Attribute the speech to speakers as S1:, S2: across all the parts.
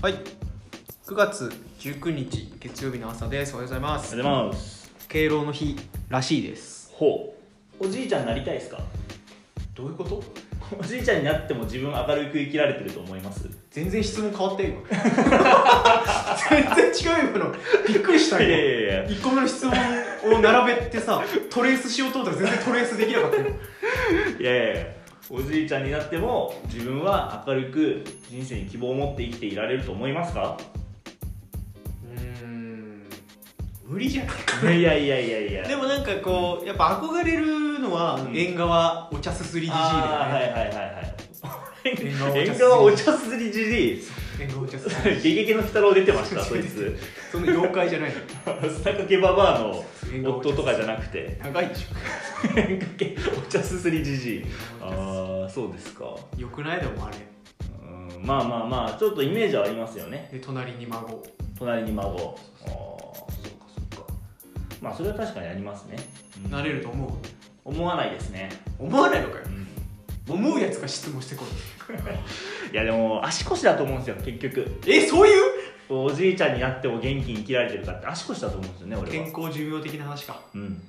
S1: はい。9月19日月曜日の朝です。おはようございます。
S2: りがとうございます
S1: 敬老の日らしいです。
S2: ほうおじいちゃんになりたいですか
S1: どういうこと？
S2: おじいちゃんになっても自分明るく生きられてると思います
S1: 全然質問変わったよ。 今全然違うよ今の。びっくりした
S2: いや
S1: よ。
S2: いやいや
S1: 一個目の質問を並べてさ、トレースしようと思ったら全然トレースできなかったよ。
S2: いやいやおじいちゃんになっても自分は明るく人生に希望を持って生きていられると思いますか
S1: うーん。無理じゃない
S2: いやいやいやいやいや
S1: でもなんかこうやっぱ憧れるのは
S2: うん
S1: 縁側お茶すすりじじいだ
S2: あー
S1: よ
S2: は
S1: ね。
S2: いはいはいはい
S1: 縁
S2: 縁
S1: 側
S2: 側
S1: お
S2: お
S1: 茶
S2: 茶すりじじい
S1: 縁側お茶すす り。
S2: ゲゲゲの鬼太郎出てま したそいつ
S1: その妖怪じゃないの。
S2: スナかけババアの夫とかじゃなくて
S1: 長いでしょ。
S2: 縁かけお茶すすりじじいああそうですか
S1: よくないでもあれ
S2: うんまあまあまあちょっとイメージはありますよね
S1: で隣に孫
S2: 隣に孫ああそうかそうかまあそれは確かにありますね、うん
S1: なれると思う
S2: 思わないですね、
S1: 思わないのかよ
S2: うん
S1: 思うやつが質問してこい
S2: いやでも足腰だと思うんですよ結局
S1: えそういう
S2: おじいちゃんになっても元気に生きられてるかって足腰だと思うんですよね俺は
S1: 健康寿命的な話か
S2: うん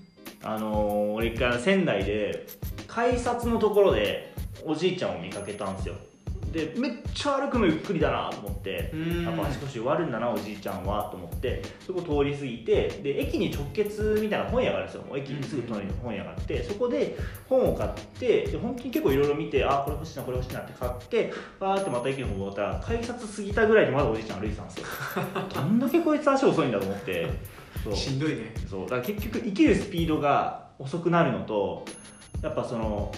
S2: あのー俺一回仙台で改札のところでおじいちゃんを見かけたんですよでめっちゃ歩くのゆっくりだなと思って
S1: うーん
S2: やっぱ足腰弱るんだなおじいちゃんはと思ってそこ通り過ぎてで駅に直結みたいな本屋があるんですよもう駅すぐ隣に本屋があってそこで本を買ってで本気に結構いろいろ見てあこれ欲しいなこれ欲しいなって買ってバーってまた駅の方戻ったら改札過ぎたぐらいにまだおじいちゃん歩いてたんですよどんだけこいつ足遅いんだと思ってそう
S1: しんどいね
S2: そうだから結局生きるスピードが遅くなるのとやっぱその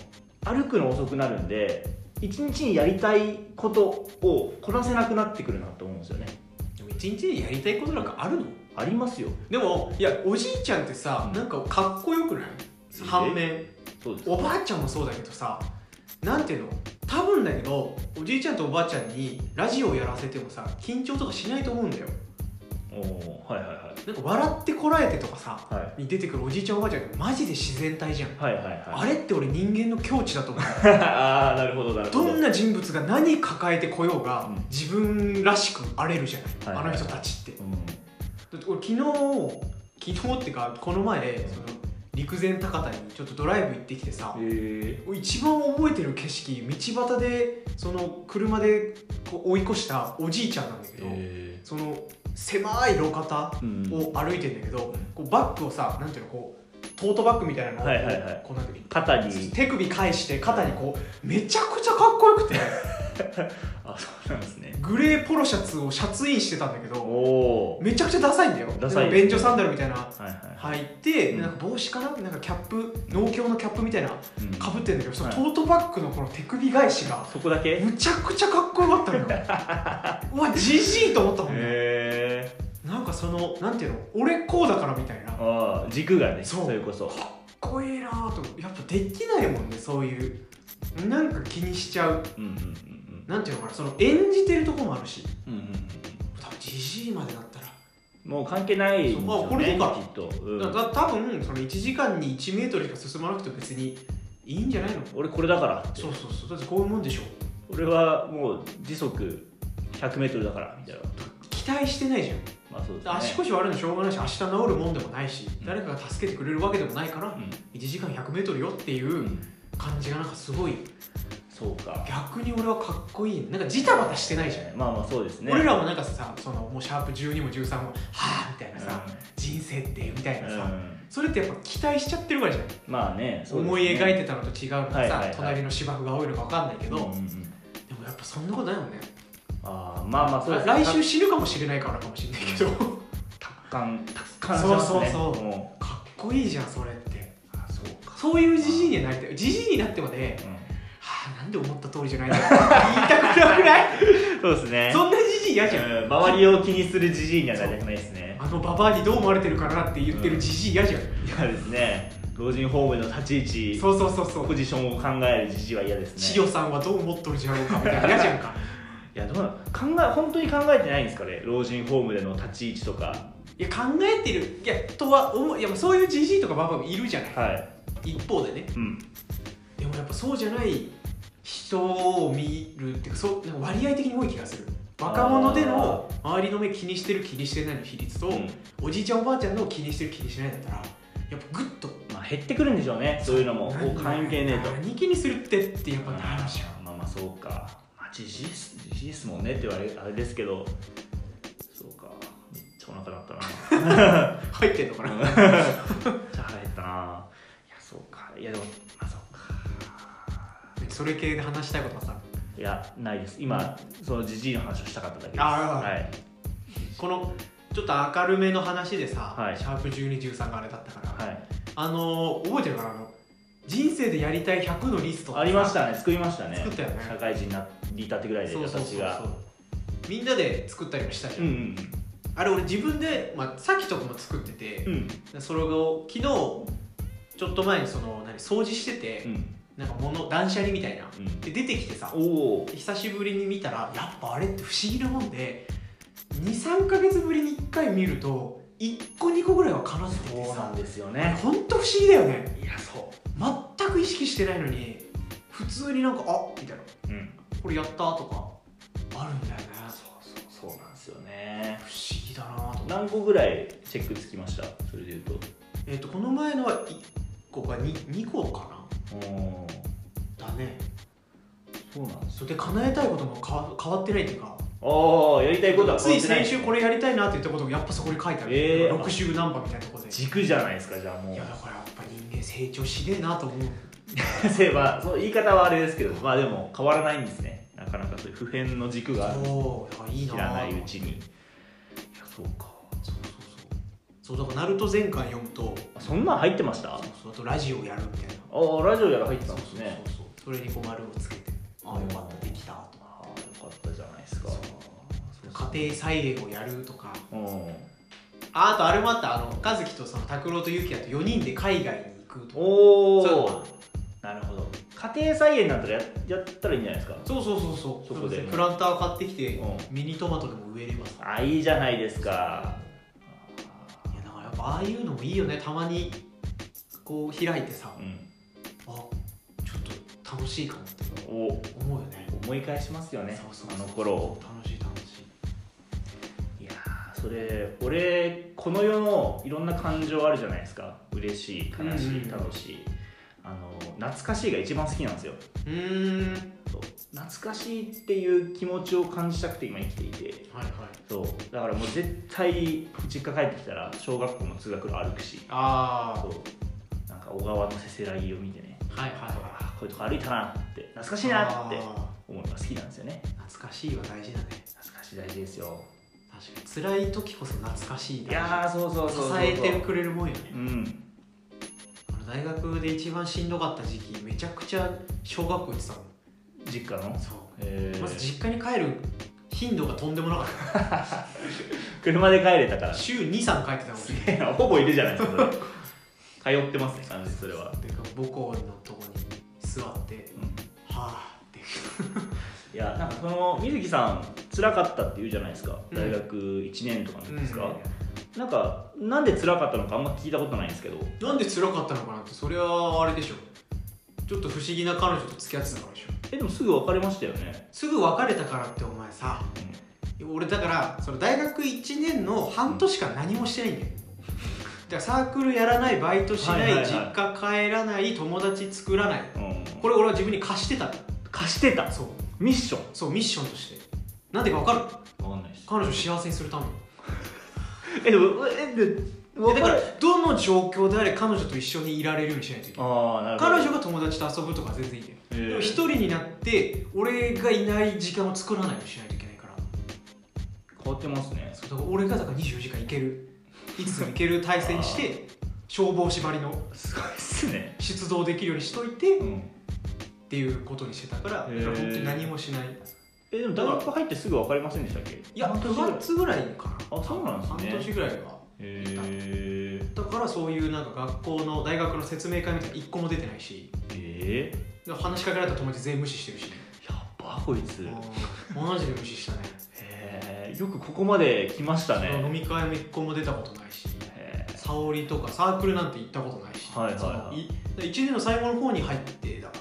S2: 歩くの遅くなるんで一日にやりたいことをこなせなくなってくるなと思うんですよね
S1: でも一日でやりたいことなんかあるの
S2: ありますよ
S1: でもいやおじいちゃんってさ
S2: うん
S1: なんかかっこよくない反面
S2: そうです
S1: おばあちゃんもそうだけどさなんていうの多分だけどおじいちゃんとおばあちゃんにラジオをやらせてもさ緊張とかしないと思うんだよ
S2: おおはいはいはい
S1: なんか笑ってこらえてとかさ
S2: はい
S1: に出てくるおじいちゃんおばあちゃんがマジで自然体じゃん
S2: はいはい
S1: あ
S2: はい
S1: れって俺人間の境地だと思う
S2: ああーなるほどなるほ
S1: ど
S2: ど
S1: んな人物が何抱えてこようが、
S2: うん
S1: 自分らしく荒れるじゃない、
S2: はいはいはい
S1: あの人たちって
S2: うん
S1: だって俺昨日昨日ってかこの前その陸前高田にちょっとドライブ行ってきてさ
S2: え
S1: 俺一番覚えてる景色道端でその車でこう追い越したおじいちゃんなんだけど、
S2: え
S1: その狭い路肩
S2: うん
S1: を歩いてんだけど、こうバッグをさなんていうのこうトートバッグみたいなのを、
S2: はいはいはい
S1: こうなんていうの
S2: 肩に
S1: 手首返して肩にこうめちゃくちゃかっこよくて
S2: あそうなんですね
S1: グレーポロシャツをシャツインしてたんだけ
S2: お
S1: ど
S2: お
S1: めちゃくちゃダサいんだよ
S2: ダサい
S1: でも便所サンダルみたいな
S2: はいはいは
S1: 履いて、
S2: うん
S1: なんか帽子かななんかキャップ農協のキャップみたいなか
S2: い、うん
S1: ぶってんだけど、その
S2: はい
S1: トートバッグのこの手首返しが
S2: そこだけへ
S1: むちゃくちゃかっこよかったのよ うわジジイと思ったもんね
S2: え
S1: なんかそのなんていうの俺こうだからみたいなかっ
S2: ああ軸がね
S1: そう
S2: それこそ
S1: こいいなーとやっぱできないもんねそういうなんか気にしちゃう
S2: うんうんうん
S1: なんていうのかなその演じてるとこもあるし
S2: うんうんうん
S1: 多分ジジイまでだったら
S2: うんもう関係ないんですよ、ね、
S1: そうあこれとか
S2: きっと、うん
S1: だから多分その1時間に1メートルしか進まなくても別にいいんじゃないの
S2: 俺これだからって
S1: そうそうそうだってこういうもんでしょ
S2: 俺はもう時速 100m だからみたいな
S1: 期待してないじゃん、
S2: まあそうですね
S1: 足腰悪いのしょうがないし明日治るもんでもないし、
S2: うん
S1: 誰かが助けてくれるわけでもないから1時間 100m よってい
S2: うん、う、
S1: うん感じがなんかすごい
S2: そうか
S1: 逆に俺はかっこいいなんかジタバタしてないじゃん、
S2: まあまあそうですね
S1: 俺
S2: は
S1: らもなんかさそのもうシャープ12も13もはあみたいなさ、人生ってみたいなさ、それってやっぱ期待しちゃってるからじゃん
S2: まあねそうですね
S1: 思い描いてたのと違うのがさ、
S2: はいはいはい
S1: 隣の芝生が青いのか分かんないけど、
S2: うんうん
S1: で
S2: うん
S1: もやっぱそんなことないもんね
S2: ああまあまあそうです
S1: 来週死ぬかもしれないからかもしれないけどか
S2: 達観達観してますね
S1: そうそうそう
S2: もう
S1: っこいいじゃんそれって
S2: あそうか
S1: そういうじじいにはなりたいじじいになってまで
S2: う
S1: はあなんで思った通りじゃないんだろう言いたくなく ない
S2: んそうですね
S1: そんなじじい嫌じゃん
S2: うん周りを気にするじじいにはなりたくないですね
S1: あのババアにどう思われてるかなって言ってるじじい嫌じゃん、
S2: いやですね老人ホームの立ち位置
S1: そうそうそうそう
S2: ポジションを考えるじじいは嫌ですね
S1: 千代さんはどう思っとるじゃろうかみたいな嫌じゃんか
S2: いやどうなの考え本当に考えてないんですかね老人ホームでの立ち位置とか
S1: いや考えてるいやとは思ういやまあそういうじじいとかババアもいるじゃない
S2: はい
S1: 一方でね
S2: うん
S1: でもやっぱそうじゃない人を見るっていうかそうなんか割合的に多い気がする若者での周りの目気にしてる気にしてないの比率と、
S2: うん
S1: おじいちゃんおばあちゃんの気にしてる気にしてないだったらやっぱグッと
S2: まあ、減ってくるんでしょうねそういうのも
S1: 何
S2: こう関係ねえと
S1: 何気にするってってやっぱなるじゃん
S2: まあまあそうかまあじじいっすじじいっすもんねって言われあれですけどそうかめっちゃお腹だったな
S1: 入ってんのかな、
S2: めっちゃ腹減ったないやそうかいやでもまあそうか
S1: それ系で話したいことはさ
S2: いやないです今そのじじいの話をしたかっただけです
S1: あー
S2: はい
S1: このちょっと明るめの話でさ、
S2: はい
S1: シャープ1213があれだったから、
S2: はい
S1: あのー覚えてるかなあの人生でやりたい100のリストってさ
S2: ありましたね作りましたね
S1: 作ったよね
S2: 社会人になりたてぐらいで
S1: そうそうそう
S2: 私
S1: そう
S2: が
S1: みんなで作ったりもしたじゃ、
S2: うんん
S1: あれ俺自分で、まあ、さっきとかも作ってて
S2: うんう、ん
S1: それを昨日ちょっと前にその何掃除してて、
S2: うん
S1: なんか物断捨離みたいな
S2: うん
S1: で出てきてさ
S2: おお
S1: 久しぶりに見たらやっぱあれって不思議なもんで23ヶ月ぶりに1回見ると1個2個ぐらいは必ず出て
S2: そうな
S1: さ
S2: んですよね
S1: ほんと不思議だよね
S2: いやそ
S1: 全く意識してないのに普通になんかあみたいな
S2: ううん
S1: これやったとかあるんだよね
S2: そうそうそうなんですよね
S1: 不思議だなと思って
S2: 何個ぐらいチェックつきましたそれでいうと
S1: えっ、とこの前のは1個か 2, 2個か
S2: お
S1: なだね
S2: そうなんです
S1: それで叶えたいことも変わ変わってないっていうか
S2: ああやりたいことは
S1: つい先週こ
S2: れ
S1: れやりたいなって言ったこともやっぱそこに書いてある、
S2: えー
S1: 6週ナンバーみたいなところで
S2: 軸じゃないですかじゃあも
S1: いやだ
S2: う
S1: からやっぱ人間成長しねえなと思う
S2: せばそう言い方はあれですけどまあでも変わらないんですねなかなかそういう普遍の軸がある
S1: そうだからいい
S2: 知
S1: な
S2: らないうちにいやそうか
S1: そうそうそうそうだからナルト全巻読むと
S2: そんなん入ってましたあ
S1: そうそうあとラジオやるみたいな
S2: あラジオやら入ってた
S1: そ
S2: ん
S1: う
S2: ですね
S1: そうそうそうそれにこう丸をつけてああよかったできたと
S2: ああよかったじゃないですか
S1: そう
S2: そう
S1: 家庭菜園をやるとか
S2: うん
S1: ああとあれもあったあの和樹とその拓郎とユキヤと4人で海外に行くとか
S2: お
S1: そういうの
S2: おなるほど家庭菜園なんたらややったらいいんじゃないですか
S1: そうそうそうそう
S2: そこで
S1: プランター買ってきて
S2: うん
S1: ミニトマトでも植えればさ
S2: あいいじゃないですか
S1: いやだからやっぱああいうのもいいよねたまにこう開いてさ、
S2: うん
S1: あちょっと楽しいかもって
S2: お
S1: 思うよね
S2: 思い返しますよね
S1: そうそう
S2: あ
S1: そう
S2: の頃を
S1: 楽しい楽しい
S2: いやーそれ俺この世のいろんな感情あるじゃないですか嬉しい悲し
S1: うんう
S2: い
S1: ん
S2: 楽しい、あの懐かしいが一番好きなんですよ
S1: うーん
S2: そう懐かしいっていう気持ちを感じたくて今生きていて
S1: はいはい
S2: そうだからもう絶対実家帰ってきたら小学校の通学路歩くし
S1: あ
S2: そうなんか小川のせせらぎを見てね
S1: あはいはい
S2: そう
S1: は
S2: あーこういうとこ歩いたなって懐か
S1: い
S2: しいなって
S1: あ
S2: 思うのが好きなんですよね
S1: ー懐かしいは大事だね
S2: 懐かしい大事ですよ
S1: 確かに辛い時こそ懐かしい
S2: いやーそうそう
S1: 大事
S2: そうそうそう
S1: 支えてくれるもんよね
S2: うん
S1: あの大学で一番しんどかった時期めちゃくちゃ小学校行ってたもん
S2: 実家の
S1: そう、
S2: えー
S1: まず実家に帰る頻度がとんでもなかっ
S2: 車で帰れたか
S1: た
S2: ら
S1: 週23帰ってたもん
S2: すげえなほぼいるじゃないですかそれ通ってますね完全にそれは、
S1: てか母校のとこに座って
S2: うん
S1: はあって
S2: いやなんかその水木さん辛かったって言うじゃないですか
S1: うん
S2: 大学1年とかなんですか、
S1: う
S2: なんかなんで辛かったのかあんま聞いたことないんですけど
S1: んなんで辛かったのかなってそれはあれでしょちょっと不思議な彼女と付き合ってたからでしょ
S2: えでもすぐ別れましたよね、
S1: すぐ別れたからってお前さ俺だからその大学1年の半年間何もしてないんだよだからサークルやらないバイトしない,、
S2: はいはいはい
S1: 実家帰らない友達作らない
S2: うんうん
S1: これ俺は自分に貸してたの
S2: 貸してた
S1: そう
S2: ミッション
S1: そうミッションとしてなんでか分かる
S2: 分かんないです
S1: 彼女を幸せにするために
S2: えでもえで
S1: いやだからどの状況であれ彼女と一緒にいられるようにしないといけない
S2: ああなるほど
S1: 彼女が友達と遊ぶとか全然いいんだよ
S2: えー
S1: でも一人になって俺がいない時間を作らないようにしないといけないから
S2: 変わってますね
S1: そうだから俺がだから24時間いけるいつもいける体制にして消防縛りの
S2: すごいっすね
S1: 出動できるようにしといてっ
S2: うん
S1: ていうことにしてたからだか
S2: へ
S1: ら
S2: ー
S1: 本当に何もしない
S2: えでも大学入ってすぐ別れませんでしたっけ
S1: いや
S2: 半年ぐら
S1: 9月ぐらいかな
S2: あそうなんですね
S1: 半年ぐらいは
S2: へえ
S1: だからそういうなんか学校の大学の説明会みたいな一個も出てないし
S2: え
S1: だから話しかけられた友達全員無視してるし
S2: ー、やっばこいつへ
S1: あーマジで無視したね
S2: えよくここまで来ました
S1: その
S2: ね
S1: 飲み会も一個も出たことないし
S2: へ
S1: 沙織とかサークルなんて行ったことないし、
S2: はいはい
S1: そ
S2: は
S1: の
S2: い
S1: い1年の最後の方に入ってだか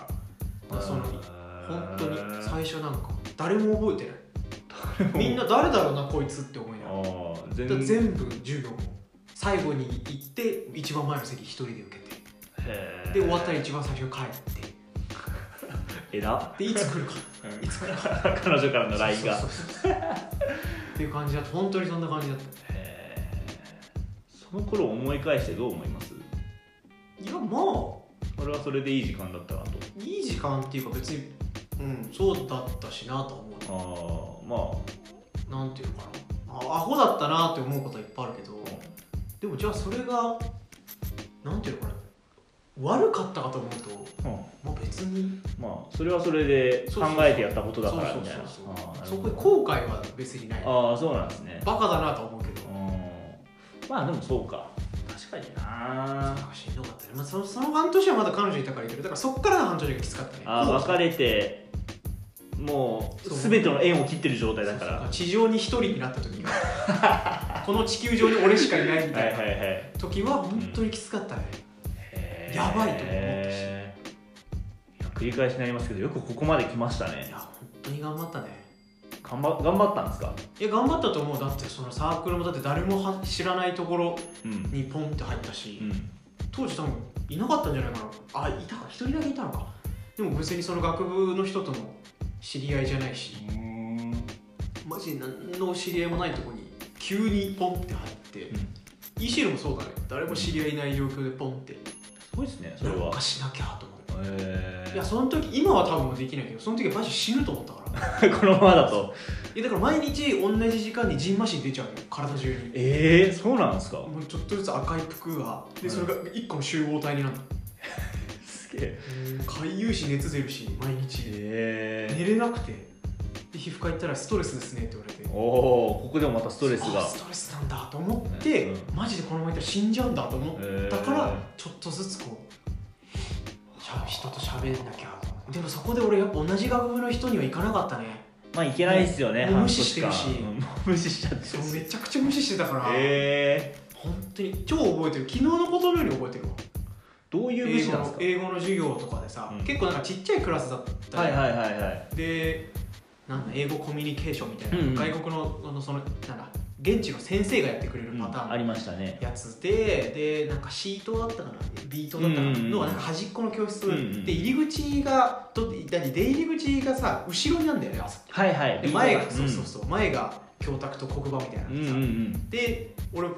S1: ら
S2: ー
S1: その
S2: へー
S1: 本当に最初なんか誰も覚えてないみんな誰だろうなこいつって思いながら
S2: あー全
S1: だから
S2: へ
S1: 全部授業も最後に行って一番前の席一人で受けて
S2: え
S1: で終わったら一番最初に帰って
S2: 偉
S1: でいつ来 るかいつ来るか
S2: 彼女からの LINE が
S1: そうそうそうっていう感じだった本当にそんな感じだった
S2: へーその頃思い返してどう思います
S1: いやま
S2: 俺はそれでいい時間だったなと
S1: あいい時間っていうか別にうんそうだったしなとは思
S2: ああま
S1: うなんていうのかなあアホだったなって思うことはいっぱいあるけどでもじゃあそれがなんていうのかな悪かったかと思うと
S2: あ、う
S1: ま
S2: ん
S1: あ別に
S2: まあそれはそれで考えてやったことだからみたいな
S1: そう
S2: あー
S1: そうそうそうそこに後悔は別にない
S2: ああそうなんですね
S1: バカだなとは思うけど
S2: うんまあでもそうか確かにな
S1: なんかしんどかったね、まあ、そのその半年はまだ彼女いたからいけるだからそっからの半年がきつかったね
S2: あ
S1: 後
S2: ー
S1: 期
S2: 別れてもう
S1: そう
S2: 全ての縁を切ってる状態だか
S1: そうそう
S2: ら
S1: 地上に一人になった時 はこの地球上に俺しかいないみ
S2: は
S1: たい
S2: いは
S1: ない
S2: はい
S1: 時は本当にきつかったね、やばいと思ったし
S2: へーいや繰り返しになりますけどよくここまで来ました
S1: い
S2: ね
S1: や本当に頑張ったね
S2: 頑張頑張ったんですか
S1: いや頑張ったと思うだってそのサークルもだって誰もは知らないところ
S2: うん、
S1: にポンって入ったし、
S2: うん、
S1: 当時多分いなかったんじゃないかなあいたか一人だけいたのかでも別にその学部の人とも知り合いじゃないしマジで何の知り合いもないとこに急にポンって入って、ECL もそうだね誰も知り合いない状況でポンって
S2: すごいですねそれ
S1: なん
S2: は
S1: かしなきゃと思って
S2: え
S1: いやその時今は多分できないけどその時はマジ死ぬと思ったから
S2: このままだと
S1: いやだから毎日同じ時間にジンマシン出ちゃうよ体中に
S2: ええそうなんですか
S1: もうちょっとずつ赤い服がで
S2: はい
S1: それが一個の集合体になった
S2: すげえ
S1: 回遊し熱出るし毎日
S2: え
S1: 寝れなくてで皮膚科行ったらストレスですねって言われて
S2: おおここでもまたストレスが
S1: あストレスなんだと思って、
S2: うん
S1: マジでこのままいったら死んじゃうんだと思って
S2: えー
S1: だからちょっとずつこうしゃ人と喋んなきゃでもそこで俺やっぱ同じ学部の人には行かなかったね
S2: まあいけないですよね
S1: もう
S2: 半
S1: 無
S2: 年間
S1: 視してるし
S2: うんもう無視しちゃってる
S1: そうめちゃくちゃ無視してたから、
S2: え
S1: 本当に超覚えてる昨日のことのように覚えてるわ
S2: ー、どういう無
S1: 英
S2: 視
S1: 語
S2: なんで
S1: の
S2: すか
S1: 英語の授業とかでさ、
S2: うん
S1: 結構なんかちっちゃいクラスだった
S2: はい
S1: じゃん
S2: はいはいはい
S1: でなんだ英語コミュニケーションみたいな、
S2: うんうん
S1: 外国のあのそのなんだ現地の先生がやってくれる
S2: うん
S1: パターン
S2: ありましたね
S1: やつででなんかシートだったかなビートだったかな
S2: うんうんうん
S1: のがなんか端っこの教室、
S2: うんうん
S1: で入り口がど何出入り口がさ後ろになんだよねあそこ
S2: はいはい
S1: で前が、
S2: ん
S1: そうそうそう前が教託と黒板みたいなの
S2: うん
S1: で
S2: うん
S1: さ、
S2: うん
S1: で俺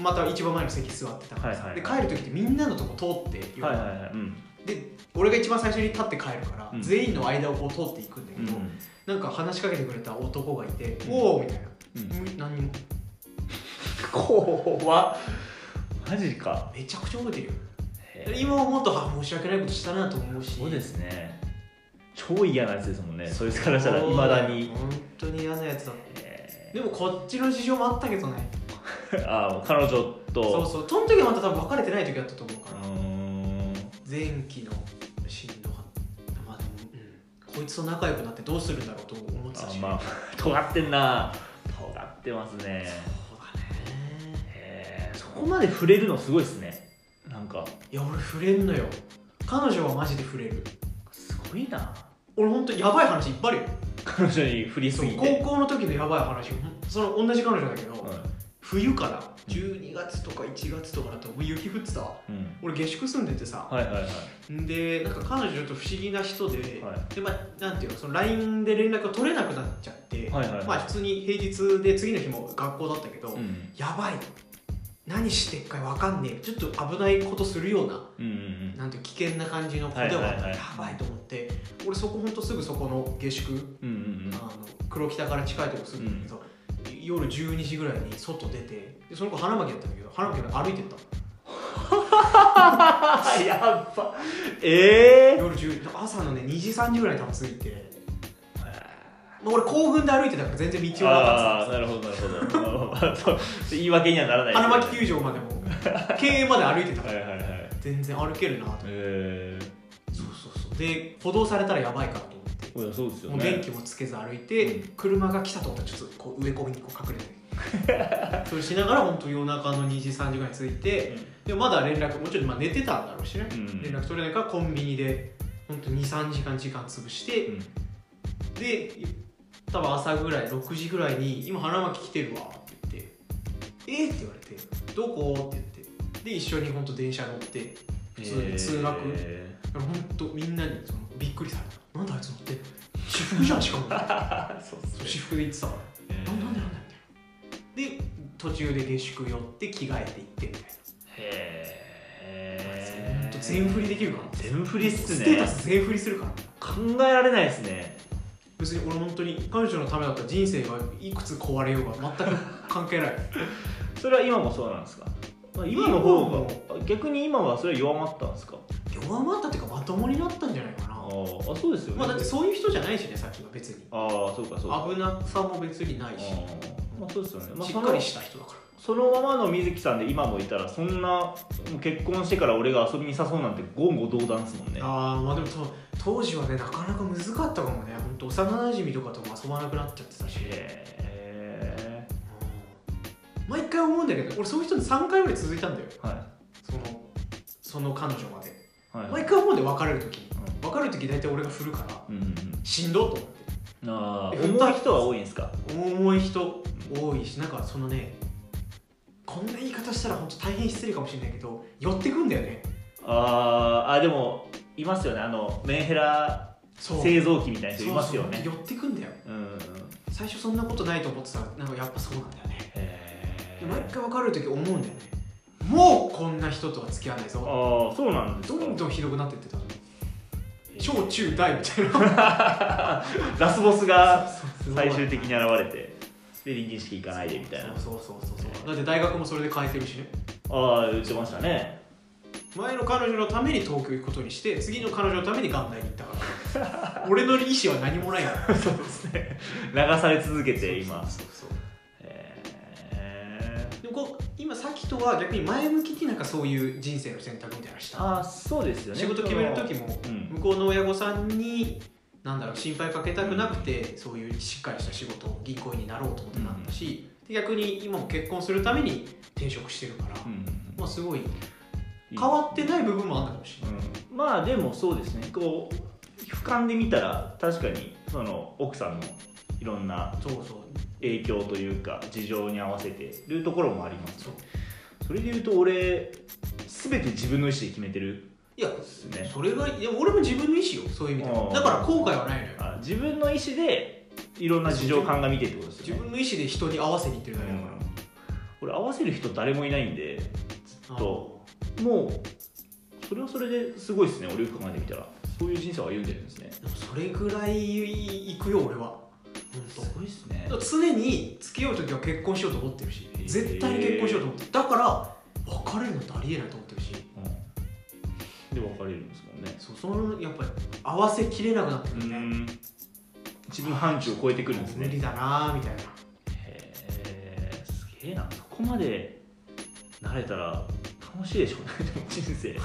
S1: また一番前の席座ってたからさ、
S2: はいは
S1: で
S2: い
S1: 帰る時ってみんなのとこ通って、
S2: はいはいはいうん
S1: で俺が一番最初に立って帰るから、
S2: うん
S1: 全員の間をこう通っていくんだけ
S2: うんう
S1: ど、
S2: ん
S1: なんか話しかけてくれた男がいて「
S2: うん
S1: おお」みたいな、
S2: うん
S1: む何にも
S2: 怖っマジか
S1: めちゃくちゃ覚えてるよ
S2: へー
S1: で今思うとあ申し訳ないことしたなと思うし
S2: そうですね超嫌なやつですもんねそいつからしたら
S1: そう
S2: いまだに
S1: 本当に嫌なやつだ
S2: へ
S1: でもこっちの事情もあったけどね
S2: ー あーもう彼女と
S1: そうそうその時はまた多分別れてない時だったと思うから
S2: うーん
S1: 前期のしんどかったまあでも、うん、こいつと仲良くなってどうするんだろうと思ってた
S2: あ
S1: し
S2: まあ 尖ってんな尖ってますね
S1: そうだね
S2: へーそこまで触れるのすごいですねなんか
S1: いや俺触れんのよ彼女はマジで触れる
S2: すごいな
S1: 俺ほんとやばい話いっぱいあるよ
S2: 彼女に振りす
S1: そう
S2: ぎて
S1: 高校の時のやばい話その同じ彼女だけど、
S2: うん
S1: 冬から12月とか1月とかだともう雪降ってたわ
S2: うん
S1: 俺下宿住んでてさ
S2: はいはいはい
S1: でなんか彼女と不思議な人で、
S2: は
S1: でまあなんていうのその LINE で連絡が取れなくなっちゃって、
S2: はいはいはい
S1: まあ普通に平日で次の日も学校だったけど、
S2: うん
S1: やばい何してっかわかんねえちょっと危ないことするような
S2: うんうん
S1: なんていう危険な感じの子では,、
S2: はいはいはい
S1: やばいと思って俺そこほんとすぐそこの下宿、
S2: うんうん
S1: あの黒北から近いとこ住んでるんだけど、夜12時ぐらいに外出てでその子花巻やったんだけど花巻まで歩いてったの
S2: うんやっばええ
S1: 夜10朝のね2時3時ぐらいに多分着いてまあ俺興奮で歩いてたから全然道はなか
S2: ああーなるほどなるほどまあそう言い訳にはなら
S1: っ
S2: な
S1: た
S2: い
S1: 花巻球場までも経営まで歩いてたか
S2: はい
S1: ら
S2: はいはいへ
S1: 全然歩けるなと思って
S2: え
S1: そうそうそうで歩道されたらやばいかなと思って
S2: ー、いやそうですよ
S1: も
S2: ね
S1: う電気もつけず歩いて、
S2: う
S1: 車が来たと思ったらちょっとこう植え込みにこう隠 れてそうしながら本当夜中の2時3時ぐらいに着いて、でもまだ連絡もちろんまあ寝てたんだろうしね、
S2: うん
S1: 連絡取れないからコンビニで本当23時間時間潰して、
S2: うん
S1: で多分朝ぐらい6時ぐらいに「今花巻来てるわ」って言って「えっ?」って言われて「どこ?」って言ってで一緒に本当電車乗って普通に通学
S2: え
S1: 本当みんなにそのびっくりされた「なんだあいつ乗ってんの私服じゃんし かも
S2: ー、そうっ
S1: そう
S2: すね
S1: 私服で行ってたから「
S2: え
S1: な
S2: ー
S1: なんでなんで?」みたいなで途中で下宿寄って着替えて行ってみたいな
S2: へ
S1: ほんと全振りできるから
S2: 全振りっす
S1: ステータ
S2: ね
S1: ス全振りするから
S2: 考えられないですね
S1: 別に俺本当に彼女のためだったら人生がいくつ壊れようが全く関係ない
S2: それは今もそうなんですかまあ今の方があ逆に今はそれは弱まったんですか
S1: 弱まったっていうかまともになったんじゃないか
S2: あ
S1: な
S2: ーあそうですよね、
S1: まあだってそういう人じゃないしねさっきは別に
S2: ああそうかそうか
S1: 危なさも別にないし
S2: あーまあそうですよね、まあ、
S1: し
S2: そ
S1: っ
S2: の
S1: かりした人だか
S2: そのままの水木さんで今もいたらそんなもう結婚してから俺が遊びに誘うなんて言語道断ですもんね
S1: らああまあでもそう当時はねなかなか難かったかもね本当幼なじみとかとも遊ばなくなっちゃってたし
S2: へえ
S1: うん毎回思うんだけど俺そういう人に3回ぐらい続いたんだよ
S2: は
S1: そのその彼女まで
S2: いはい
S1: 毎回思うんで別れる時に
S2: う
S1: 別れる時大体俺が振るから
S2: んうんうん
S1: しんどっと思って
S2: うんああ
S1: え
S2: 重い人は多いんですか
S1: 重い人多いしなんかそのねこんな言い方したら本当大変失礼かもしれないけど寄ってくんだよね
S2: あーあでもいますよねあのメンヘラ
S1: そう
S2: 製造機みたいな人いますよ
S1: そう
S2: ね
S1: そう寄ってくんだよ
S2: うんうんうん
S1: 最初そんなことないと思ってたらなんかやっぱそうなんだよね
S2: へ
S1: で
S2: え
S1: 毎回別れる時思うんだよねもうこんな人とは付き合わない
S2: あ
S1: ぞ
S2: あそうなんです
S1: ど
S2: か
S1: んどんひどくなってってたの
S2: へー
S1: 小中大みたいな
S2: ラスボスが
S1: そう
S2: 最終的に現れてで臨時式行かないでみたいな
S1: そうそうそうそうそうだって大学もそれで変えてるしね
S2: ああ言ってましたね
S1: 前の彼女のために東京行くことにして次の彼女のために元大に行ったから 俺の意思は何もないから
S2: そうですね流され続けて今
S1: そうそうそう
S2: へえ
S1: でもこう今さっきとは逆に前向きになんかそういう人生の選択みたいなのした
S2: ああそうですよね
S1: 仕事決める時も
S2: うん
S1: 向こうの親御さんになんだろう心配かけたくなくてそういうしっかりした仕事銀行員になろうと思ってなったし、で逆に今も結婚するために転職してるから、
S2: うん
S1: まあすごい
S2: いい
S1: 変わってない部分もあんだかもしれない、
S2: うんまあでもそうですねこう俯瞰で見たら確かにその奥さんのいろんな
S1: そうそう
S2: 影響というか事情に合わせてるところもあります
S1: そ
S2: ね
S1: う
S2: それでいうと俺全て自分の意思で決めてる
S1: いや
S2: ですね
S1: それがいや俺も自分の意思よそういう意味で
S2: あ
S1: は
S2: ー
S1: だから後悔はないのよ
S2: あ自分の意思でいろんな事情を鑑みてってことです
S1: 自
S2: よね
S1: 分の意思で人に合わせにいってるだけだか
S2: うん俺合わせる人誰もいないんで
S1: ら、
S2: そもうそれはそれですごいですね俺よく考えてみたらそういう人生を歩んでるんですね
S1: でもそれぐらいいくよ俺は本
S2: ごいですね
S1: 当常に付き合う時は結婚しようと思ってるし
S2: へー
S1: 絶対に結婚しようと思ってるだから別れるのってありえないと思ってるし
S2: で別れるんですもんね
S1: そうそのやっぱり合わせきれなくなってくるね、
S2: 自分の範疇を超えてくるんです
S1: 無理
S2: ね
S1: だなーみたいな
S2: へえすげえなそこまで慣れたら楽しいでしょうねでも人生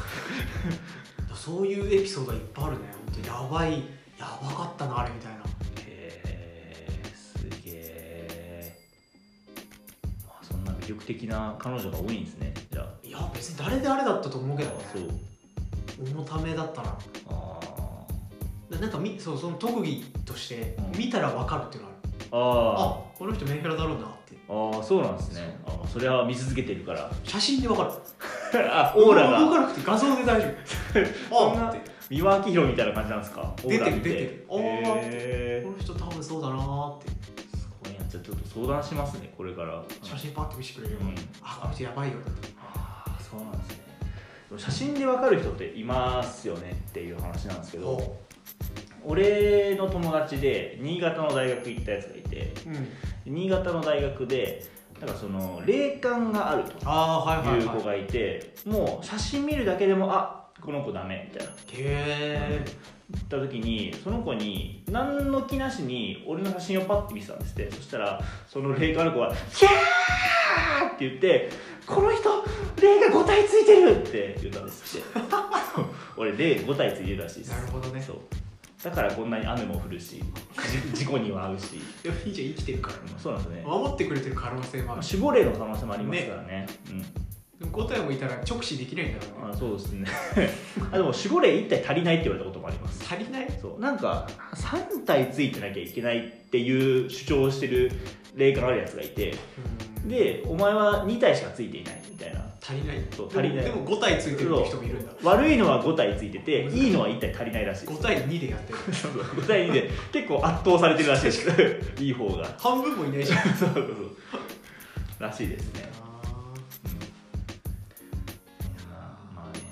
S1: そういうエピソードはいっぱいあるね本当やばいやばかったなあれみたいな
S2: へーすげえまあそんな魅力的な彼女が多いんですねじゃあ
S1: いや別に誰であれだったと思うけどね
S2: そう
S1: 重ためだったな
S2: あ
S1: ななんかみそうその特技として
S2: うん
S1: 見たら分かるっていうのがある、
S2: ーあ
S1: あこの人メンヘラだろうなって
S2: ーあーそうなんですねあーそれは見続けてるから
S1: 写真で分かる
S2: あオーラ
S1: 動か
S2: が
S1: なくて画像で 大丈
S2: そん
S1: 夫
S2: な
S1: あって
S2: 三輪明宏みたいな感じなんですか
S1: 出てる
S2: オーラ見
S1: 出てるあー
S2: へ
S1: この人多分そうだなーって
S2: ーすごいなじゃあちょっと相談しますねこれから
S1: 写真パッて見せてくれる
S2: うん
S1: あこの人やばいよって
S2: ああそうなんですねでも写真でわかる人っていますよねっていう話なんですけど
S1: そ
S2: 俺の友達で新潟の大学行ったやつがいて
S1: う、うん、
S2: 新潟の大学でなんかその霊感があると
S1: ああはいはいいうはい
S2: 子
S1: へ
S2: がいてもう写真見るだけでもあこの子ダメみたいな
S1: え
S2: 行った時にその子に何の気なしに俺の写真をパッて見せたんですってそしたらその霊感ある子は「キャー!」って言って「この人霊が5体ついてる!」って言ったんです ってそう俺霊5体ついてるらしいです
S1: なるほどね
S2: そうだからこんなに雨も降るしじ 事故には合うし
S1: でもいいじゃん生きてるから
S2: うんそうなんですよね
S1: 守ってくれてる可能性もあるし
S2: 守護霊の可能性もありますからねうん
S1: でも答えもいたら直視できないんだろうね
S2: あそうですね あでも守護霊1体足りないって言われたこともあります
S1: 足りない
S2: そうなんか3体ついてなきゃいけないっていう主張をしてる霊感あるやつがいて
S1: うん
S2: でお前は2体しかついていないみたいな
S1: 足りない
S2: そう足りない
S1: でもでも5体ついてるって人もいるんだ
S2: 悪いのは5体ついてていいのは1体足りないらしい
S1: 5対2でやってる
S2: 5対2で結構圧倒されてるらしいです いい方が
S1: 半分もいないじゃん
S2: そうそうそうらしいですねまあね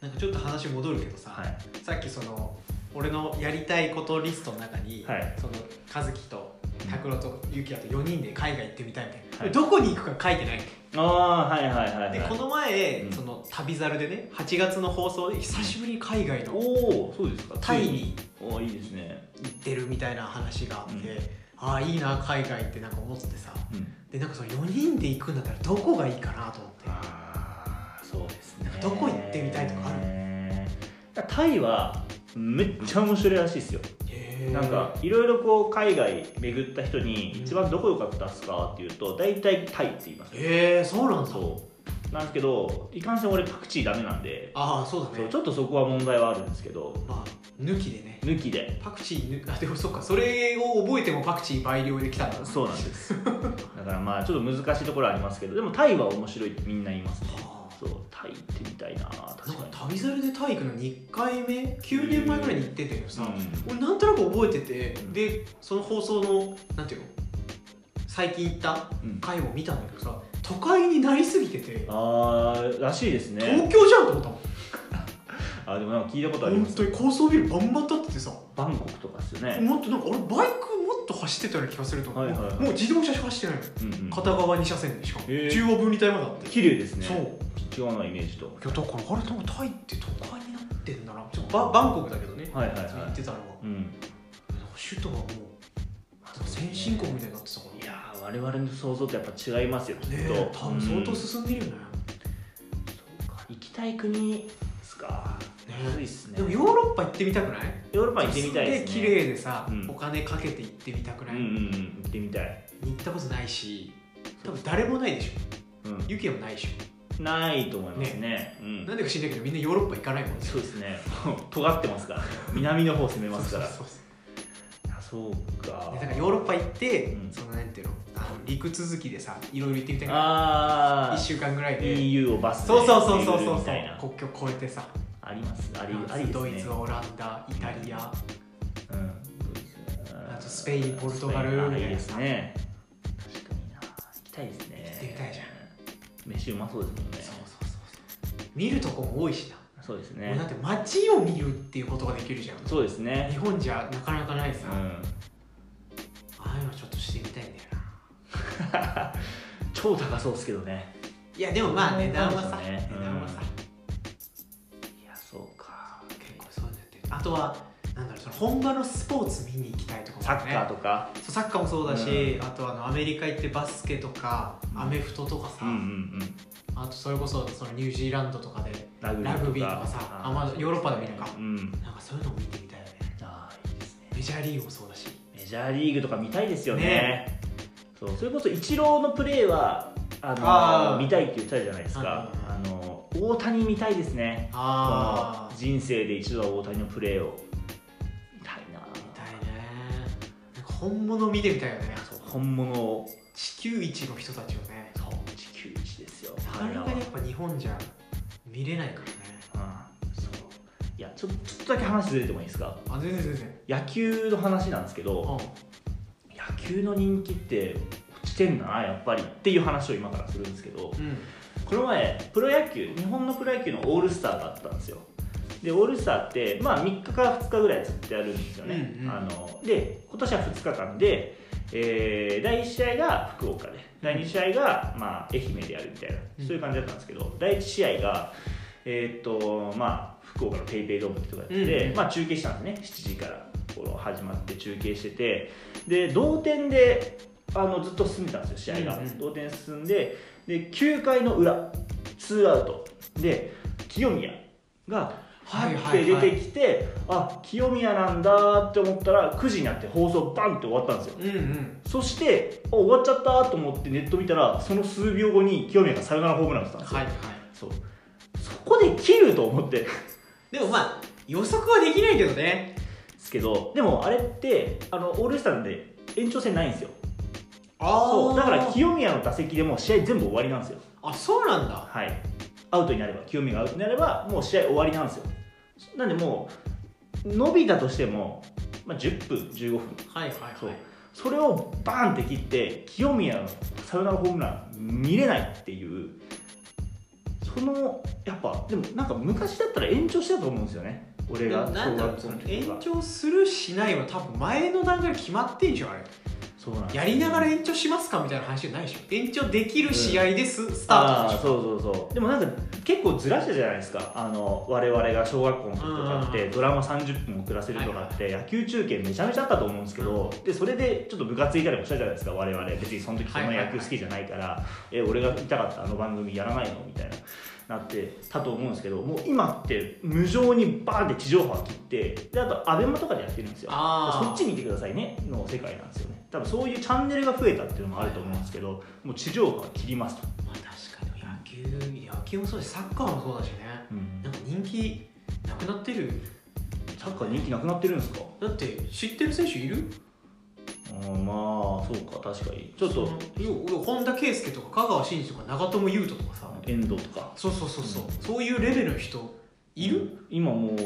S1: なんかちょっと話戻るけどさ、
S2: はい
S1: さっきその俺のやりたいことリストの中に、
S2: はい
S1: その和樹と拓郎とゆきだと4人で海外行ってみたいみたいな、
S2: はい
S1: どこに行くか書いてない
S2: ああはいはいはい、はい、
S1: でこの前、
S2: うん
S1: その旅猿でね8月の放送で久しぶりに海外の
S2: おおそうですか
S1: タイに
S2: おーいいですね
S1: 行ってるみたいな話があって、
S2: うん
S1: ああいいな海外ってなんか思っててさ
S2: うん
S1: でなんかその4人で行くんだったらどこがいいかなと思って
S2: ああそうですね
S1: なんかどこ行ってみたいとかある
S2: るタイはめっちゃ面白いらしいですよ
S1: へー
S2: なんかいろいろこう海外巡った人に一番どこ良かったっすかっていうと大体タイって言います
S1: へえそうなんだ
S2: そうなんですけどいかんせん俺パクチーダメなんで
S1: ああそうだ
S2: そう
S1: ね
S2: ちょっとそこは問題はあるんですけど
S1: まあ抜きでね
S2: 抜きで
S1: パクチー抜あでもそっかそれを覚えてもパクチー倍量できたんだう
S2: そうなんです だからまあちょっと難しいところはありますけどでもタイは面白いってみんな言いますね
S1: はあ
S2: そうタイ行ってみたいな確
S1: なんか
S2: か
S1: 旅猿で体育の2回目9年前ぐらいに行ってたけどさ、
S2: に
S1: 俺なんとなく覚えてて、
S2: うん
S1: でその放送のなんていうの最近行った
S2: うん、うん、
S1: 回も見たんだけどさ都会になりすぎてて、
S2: あーらしいですね
S1: 東京じゃんと思ったもん
S2: あでもなんか聞いたことありま
S1: 本
S2: す
S1: 当に高層ビルバンバン建っててさ
S2: バンコクとかですよね、
S1: もっとなんか俺バイクもっと走ってたような気がすると思う、
S2: はいはいはい
S1: もう自動車しか走ってないの
S2: うんうん、
S1: 片側2車線でしかも、
S2: へー
S1: 中央分離帯まであって
S2: 綺麗ですね
S1: そう
S2: 違うなイメージと
S1: いやだからあれでもタイって都会になってんだなちょっとババンコクだけどね、
S2: はいはい
S1: 行
S2: は
S1: って
S2: い
S1: たのは
S2: うん
S1: 首都がもう先進国みたいになってたから
S2: いやー我々の想像とやっぱ違いますよきっ
S1: ね
S2: と、
S1: え多分相当
S2: うん
S1: 進んでるよね、
S2: そうか行きたい国ですか
S1: ね
S2: むずいっすね
S1: でもヨーロッパ行ってみたくない
S2: ヨーロッパ行ってみたいです
S1: げえ綺
S2: ね
S1: 麗でさ、
S2: うん
S1: お金かけて行ってみたく
S2: う
S1: なんい、
S2: うんうん行ってみたい、
S1: 行ったことないし多分誰もないでしょ
S2: う
S1: ユキもないでし
S2: ん、ないと思いますねう
S1: ょ
S2: ん
S1: なんでか知んないけどみんなヨーロッパ行かないもんね
S2: そうですね尖ってますからね南の方攻めますから
S1: そうそうそう
S2: あそうか
S1: でだからヨーロッパ行って、
S2: うん
S1: そのなんていうのあの陸続きでさいろいろ行ってみたいな1
S2: ああ
S1: 週間ぐらいで
S2: EU をバスで
S1: そうそうそうそうそ
S2: 巡る
S1: う
S2: み
S1: そ
S2: たいうな
S1: 国境越えてさ
S2: ありますあり
S1: フランス
S2: ありです
S1: ド
S2: ね
S1: イツオランダイタリア
S2: うんドイツ
S1: あとスペインポルトガル
S2: スペインあ
S1: みたいない
S2: いですね確かにな行きたいですね
S1: 行ってみたいじゃ
S2: ん飯うまそうですもんね
S1: そうそうそうそう見るとこも多いしな、
S2: そうです
S1: もうだって
S2: ね
S1: 街を見るっていうことができるじゃん
S2: そうですね
S1: 日本じゃなかなかないさ、
S2: う
S1: あ
S2: ん
S1: あいうのちょっとしてみたいんだよな
S2: 超高そうですけどね
S1: いやでもまあ値段は
S2: そう
S1: さ、
S2: ですよね
S1: 値段はさ、
S2: いやそうか
S1: 結構そうなってるあとはなんだろうその本場のスポーツ見に行きたいとかも
S2: サ
S1: あ
S2: ッ
S1: る
S2: カ
S1: ね
S2: ーとか
S1: そうサッカーもそうだし、あとあのアメリカ行ってバスケとか
S2: うん
S1: アメフトとかさ、
S2: うんうんうん
S1: あとそれこそそのニュージーランドとかで
S2: ラグ
S1: ラグビーとかさあまあヨーロッパでもいいのか
S2: うん
S1: なんかそういうのも見てみたいよね
S2: ああいいですね
S1: メジャーリーグもそうだし
S2: メジャーリーグとか見たいですよね
S1: ね
S2: そうそれこそイチローのプレーはあの
S1: あー
S2: 見たいって言ったじゃないですか
S1: うん
S2: あの大谷見たいですね
S1: ああ
S2: この人生で一度は大谷のプレーを見たいな
S1: 見たいねなんか本物見てみたいよね
S2: そう本物を
S1: 地球一の人たちをね
S2: そう地球一ですよ
S1: なかなか
S2: 彼ら
S1: や
S2: は
S1: っぱ日本じゃ見れないからね
S2: うんそういやちょちょっとだけ話ずれてもいいですか
S1: あ全然全然
S2: 野球の話なんですけど、
S1: うん
S2: 野球の人気って落ちてんだなやっぱりっていう話を今からするんですけど
S1: うん
S2: この前プロ野球日本のプロ野球のオールスターがあったんですよでオールスターって、まあ、3日から2日ぐらいずっとやるんですよね、
S1: うんうん
S2: あので今年は2日間で、えー第1試合が福岡で第2試合が、まあ、愛媛でやるみたいなそういう感じだったんですけど、第1試合がえーっとまあ福岡の PayPay ドームってとこやってて、
S1: うんうん
S2: まあ、中継したんですね7時からこの始まって中継しててで同点であのずっと進んでたんですよ試合が、
S1: うんうん
S2: 同点進んでで9回の裏ツーアウトで清宮が
S1: はい
S2: っ
S1: は
S2: て
S1: い
S2: 出
S1: はい
S2: てきて、あ清宮なんだって思ったら9時になって放送バンって終わったんですよ
S1: うんうん
S2: そしてあ終わっちゃったと思ってネット見たらその数秒後に清宮がサヨナラホームラン打ったんですよ、
S1: はいはい
S2: そうそこで切ると思って
S1: でもまあ予測はできないけどね
S2: ですけどでもあれってあのオールスターなんで延長戦ないんですよ
S1: あ
S2: そうだから清宮の打席でもう試合全部終わりなんですよ
S1: あそうなんだ
S2: はいアウトになれば清宮がアウトになればもう試合終わりなんですよなんでもう伸びたとしても、まあ、10分15分
S1: はいはいはい
S2: そうそれをバーンって切って清宮のサヨナラホームラン見れないっていうそのやっぱでもなんか昔だったら延長してたと思うんですよね俺
S1: でも
S2: が
S1: なんだろう
S2: 小学校の時
S1: 延
S2: は
S1: 長するしないは多分前の段階で決まってんじゃんあれ
S2: そうなんですよ
S1: やりながら延長しますかみたいな話じゃないでしょ延長できる試合です、スター
S2: あ
S1: ト
S2: あ
S1: でしょ
S2: そうそうそうでもなんか結構ずらしたじゃないですかあの我々が小学校の時とかっ
S1: うんうん
S2: て
S1: うん
S2: ドラマ30分遅らせるとかって野球中継めちゃめちゃあったと思うんですけどでそれでちょっと部活いたりもしたじゃないですか我々別にその時そんな野球好きじゃないからえ俺が見たかったあの番組やらないのみたいななってたと思うんですけどもう今って無情にバーンって地上波切ってであとアベマとかでやってるんですよ
S1: あー
S2: そっち見てくださいねの世界なんですよね多分そういうチャンネルが増えたっていうのもあると思うんですけどもう地上波は切りますと。
S1: まあ確かに野球野球もそうだしサッカーもそうだしね
S2: うん
S1: なんか人気なくなってる
S2: サッカー人気なくなってるんですか
S1: だって知ってる選手いる
S2: まあそうか確かにちょっ
S1: そ
S2: と
S1: の要は俺本田圭佑とか香川真司とか長友佑都とかさ
S2: 遠藤とか
S1: そうそうそうそう、そういうレベルの人いる、
S2: 今もう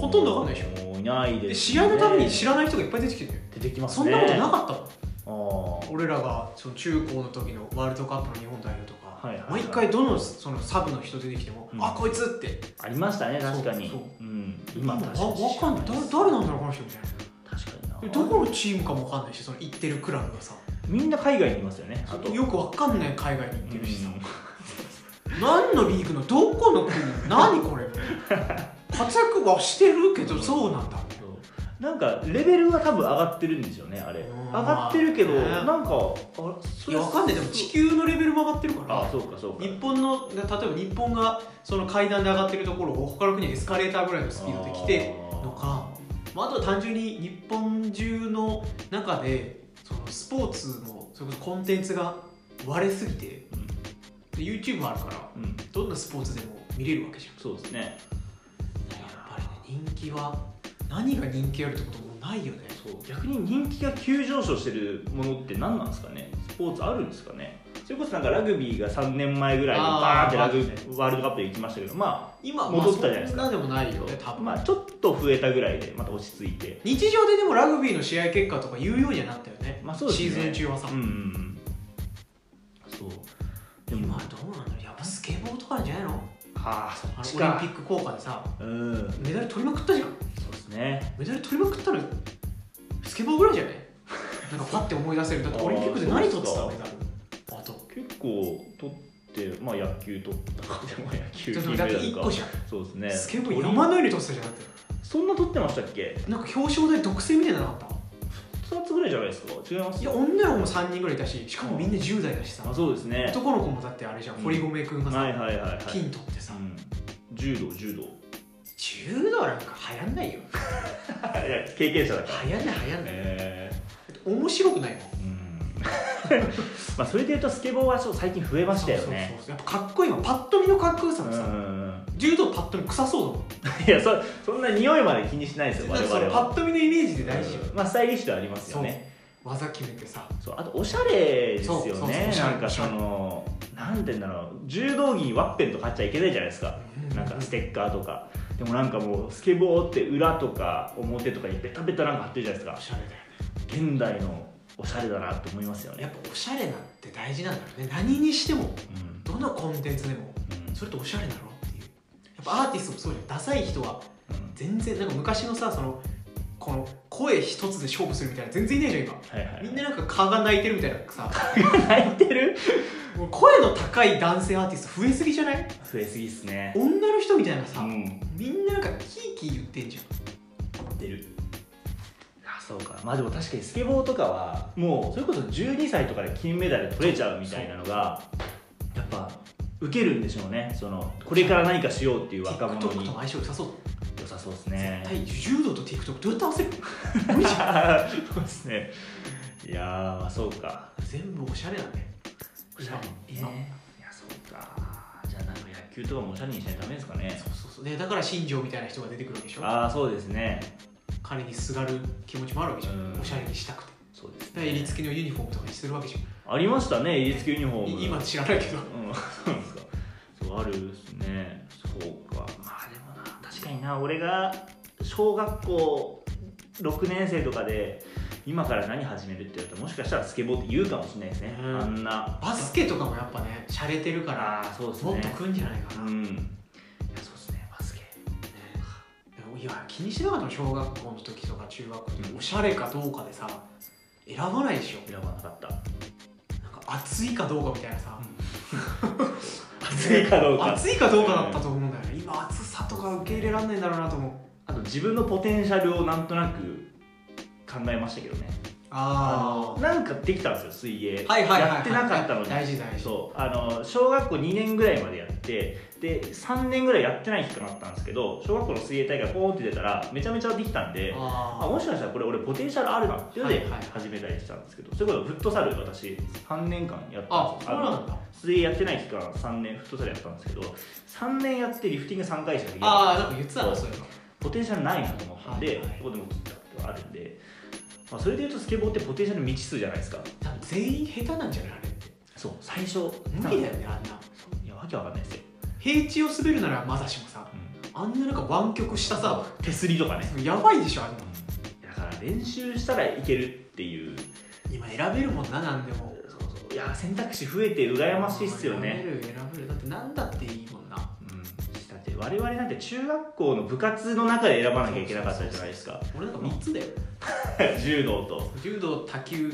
S1: ほとんどわかんないで
S2: しょいない
S1: で
S2: です
S1: 試
S2: ね、
S1: 合のために知らない人がいっぱい出てきてるよ
S2: 出てきます
S1: そ
S2: ね
S1: んなこと
S2: あ
S1: なかったもん
S2: あー
S1: 俺らがその中高の時のワールドカップの日本代表とか、
S2: はいはいはい
S1: 毎回どのそのサブの人出てきても、
S2: うん
S1: あこいつって
S2: ありましたね確かに
S1: そう
S2: うん、今
S1: わ
S2: 確かに
S1: わかんない誰誰なんだろうこの人みたいな
S2: 確か
S1: で
S2: にな
S1: どこのチームかもわかんないしその行ってるクラブがさ
S2: みんな海外にいますよねあと
S1: よくわかんない海外に行ってるしさ、
S2: うん
S1: 何のリーグのどこの 国何これみたいな活躍はしてるけどそうなんだみたいな
S2: そうなんかレベルが多分上がってるんですよねあれ
S1: うん
S2: 上がってるけど
S1: ね
S2: なんかあれそ
S1: い
S2: れ
S1: やわかんないでも地球のレベルも上がってるから
S2: あそうかそうか
S1: 日本の例えば日本がその階段で上がってるところを他の国はエスカレーターぐらいのスピードで来てのかまあ、あとは単純に日本中の中でそのスポーツのそれこそコンテンツが割れすぎてで
S2: うん
S1: YouTube もあるから
S2: うん
S1: どんなスポーツでも見れるわけじゃ
S2: そうですね
S1: んやっぱりね人気は何が人気あるってこともないよね
S2: そう逆に人気が急上昇してるものって何なんですかねスポーツあるんですかねそれこそなんかラグビーが3年前ぐらいにバーンってラグ
S1: あー
S2: ワールドカップで行きましたけどま
S1: 今は
S2: 戻ったじゃないですか
S1: そんなでもないよね多
S2: あ
S1: 分、
S2: まあちょっと増えたぐらいでまた落ち着いて
S1: 日常ででもラグビーの試合結果とか言うようにはなったよね,、
S2: まあそうですね
S1: シーズン中はさ、
S2: うんうんうんそうで
S1: 今
S2: も
S1: はどうなんだろうやっぱスケボーとかなんじゃないの
S2: ああそ
S1: あの
S2: っち
S1: オリン
S2: か
S1: ピック効果でさ
S2: うんそう
S1: メダル取りまくったじゃん
S2: ですね
S1: メダル取りまくったのスケボーぐらいじゃない なんかパッて思い出せるだってオリンピックで何取ってた
S2: あ
S1: の
S2: ー
S1: メダルあと
S2: 結構取ってまあ野球取ったかでも野球
S1: で
S2: 金
S1: も
S2: メ
S1: だ
S2: ダ
S1: って
S2: ル
S1: 1個
S2: か
S1: じゃん、
S2: そうですね
S1: スケボー山のように取ってたじゃんだって
S2: そんな取ってましたっけ
S1: なんか表彰台独占みたいなのなかっ
S2: 2つぐらいじゃないですか違いま
S1: たい
S2: す
S1: や女の子も3人ぐらいいたししかもみんな10代だしさ
S2: あそうですね
S1: 男の子もだってあれじゃん
S2: うん
S1: 堀米君が
S2: はい
S1: さ
S2: はいはいはい、
S1: 金取ってさ
S2: うん、柔道柔道
S1: 柔道なんか流行んないよ
S2: いや経験者だ
S1: 流行んない流行んない
S2: え
S1: 面白くないもん
S2: えうんまあそれでいうとスケボーはちょっと最近増えましたよね
S1: そうそうそうやっぱかっこいいもんパッと見のかっこよさ
S2: う
S1: も
S2: んう
S1: さ、
S2: んうん
S1: 柔道パッと見臭そうだもん
S2: いやそそんな匂いまで気にしないですよ我
S1: なんか
S2: 々
S1: そのパ
S2: は
S1: ッと見のイメージで大事よ、
S2: うんまあスタイリッシュではあります
S1: そ
S2: よ
S1: う
S2: ね
S1: 技決めてさ
S2: そうあとおしゃれですよ
S1: そうそうそう
S2: ね
S1: おしゃれ
S2: なんかそのなんて言うんだろう柔道着にワッペンとか買っちゃいけないじゃないですかなんかステッカーとかでもなんかもうスケボーって裏とか表とかにベタベタなんか貼ってるじゃないです
S1: お
S2: か
S1: しゃれだよね
S2: 現代のおしゃれだなって思いますよね
S1: やっぱおしゃれなんて大事なんだろうね何にしても
S2: うん
S1: どのコンテンツでも
S2: うん
S1: それっておしゃれだろっていうやっぱアーティストもそうじゃんダサい人は
S2: うん
S1: 全然なんか昔のさそのこの声一つで勝負するみたいな全然いないじゃん今
S2: はいはい、
S1: みんななんか蚊が鳴いてるみたいなさ
S2: 泣いてる
S1: もう声の高い男性アーティスト増えすぎじゃない
S2: 増えすぎっすね
S1: 女の人みたいなさ、
S2: ん泣
S1: みんななんかキーキー言ってんじゃん
S2: いてるあそうかまあでも確かにスケボーとかはもうそれこそ12歳とかで金メダル取れちゃうみたいなのがやっぱ受けるんでしょうねそのこれから何かしようっていう若者
S1: TikTok
S2: に
S1: とも相性良さそう
S2: そうですね
S1: 対柔道と TikTok どうやって合わせ る無理じゃん
S2: そうですねいやーまあそうか
S1: 全部おしゃれだね
S2: いや
S1: え
S2: いやそうかじゃあなんか野球とかもおしゃれにしないとダメですかね
S1: そうそうそうでだから新庄みたいな人が出てくるわけでしょ
S2: ああそうですね
S1: 彼にすがる気持ちもあるわけじゃん、
S2: うん
S1: おしゃれにしたくて
S2: そうです
S1: だから襟
S2: ね
S1: 付けのユニフォームとかにするわけじゃん
S2: ありましたね襟付きユニフォーム
S1: い今知らないけど
S2: うん そうなんですかそうあるですねそうかまあでもな確かにな俺が小学校6年生とかで今から何始めるって言われたらもしかしたらスケボーって言うかもしれないですね、
S1: うん
S2: あんな
S1: バスケとかもやっぱね洒落てるから
S2: ああそうですね
S1: もっとくんじゃないか
S2: う
S1: な、ね
S2: んいやそうですねバスケ
S1: いや気にしてなかったの小学校の時とか中学校の時おしゃれかどうかでさ選ばないでしょ
S2: 選ばなかった
S1: なんか暑いかどうかみたいなさ、
S2: 暑いかどうか
S1: 暑いかどうかだったと思うんだよね、今暑さとか受け入れられないんだろうなと思う
S2: あと自分のポテンシャルをなんとなく考えましたけどね
S1: あ
S2: のなんかできたんですよ水泳、
S1: はいはいはいはい
S2: やってなかったのに
S1: 大事大事
S2: そうあの小学校2年ぐらいまでやってで3年ぐらいやってない期間あったんですけど小学校の水泳大会ポーンって出たらめちゃめちゃできたんであ
S1: あ
S2: もしかしたらこれ俺ポテンシャルあるなっていうの
S1: は
S2: で
S1: いはい
S2: 始めたりしたんですけど、そういうことフットサル私3年間やったん
S1: あ
S2: です
S1: そう
S2: よ
S1: なんだ
S2: 水泳やってない期間3年フットサルやったんですけど3年やってリフティング3回しかできな
S1: あ
S2: い
S1: あなんか言ってたなそういうの
S2: ポテンシャルないなと思ったんで、
S1: はいはい
S2: ここでも切ったことがあるんで、まあ、それでいうとスケボーってポテンシャル未知数じゃないですか
S1: 多分全員下手なんじゃないあれって
S2: そう最初
S1: 無理だよねあんない
S2: やわけわかんないですよ、
S1: 平地を滑るならまだしもさあんななんか湾曲したさ
S2: 手すりとかね、
S1: やばいでしょあんな
S2: だから練習したらいけるっていう
S1: 今選べるもんな何でも
S2: そうそういや選択肢増えて羨ましいっすよね、
S1: 選べる選べるだって何だっていいもんな
S2: うん、だって我々なんて中学校の部活の中で選ばなきゃいけなかったじゃないですか
S1: 俺なんか3つだよ
S2: 柔道と
S1: 柔道卓球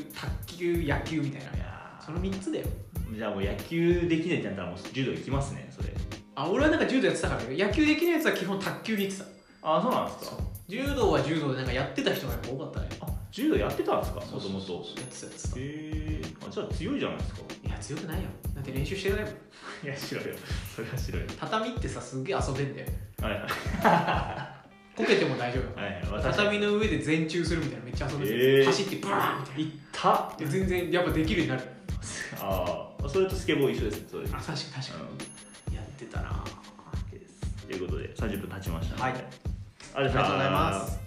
S1: 卓球野球みたいない
S2: や
S1: その3つだよ
S2: ーじゃあもう野球できねえってなったらもう柔道行きますねそれ
S1: あ俺はなんか柔道やってたからね野球できないやつは基本卓球に行ってた
S2: ああそうなんですか
S1: 柔道は柔道でなんかやってた人がやっぱ多かったね
S2: あ柔道やってたんですかもとも
S1: そうそ
S2: と
S1: うそうやってたやってた
S2: へえあじゃあ強いじゃないですか
S1: いや強くないよだって練習してないもん
S2: いや白いよそれは白いよ
S1: 畳ってさすっげえ遊べんだよ
S2: はいはい
S1: こけても大丈夫よ
S2: はいはい私
S1: 畳の上で前中するみたいなめっちゃ遊べて
S2: えー
S1: 走ってブラーンみたい
S2: 行った
S1: なで全然やっぱできるようになる
S2: ああそれとスケボー一緒ですねそれ
S1: あ確かに確かにやってたな
S2: うん、ですということで30分経ちましたので
S1: はい
S2: ありがとうございます
S1: す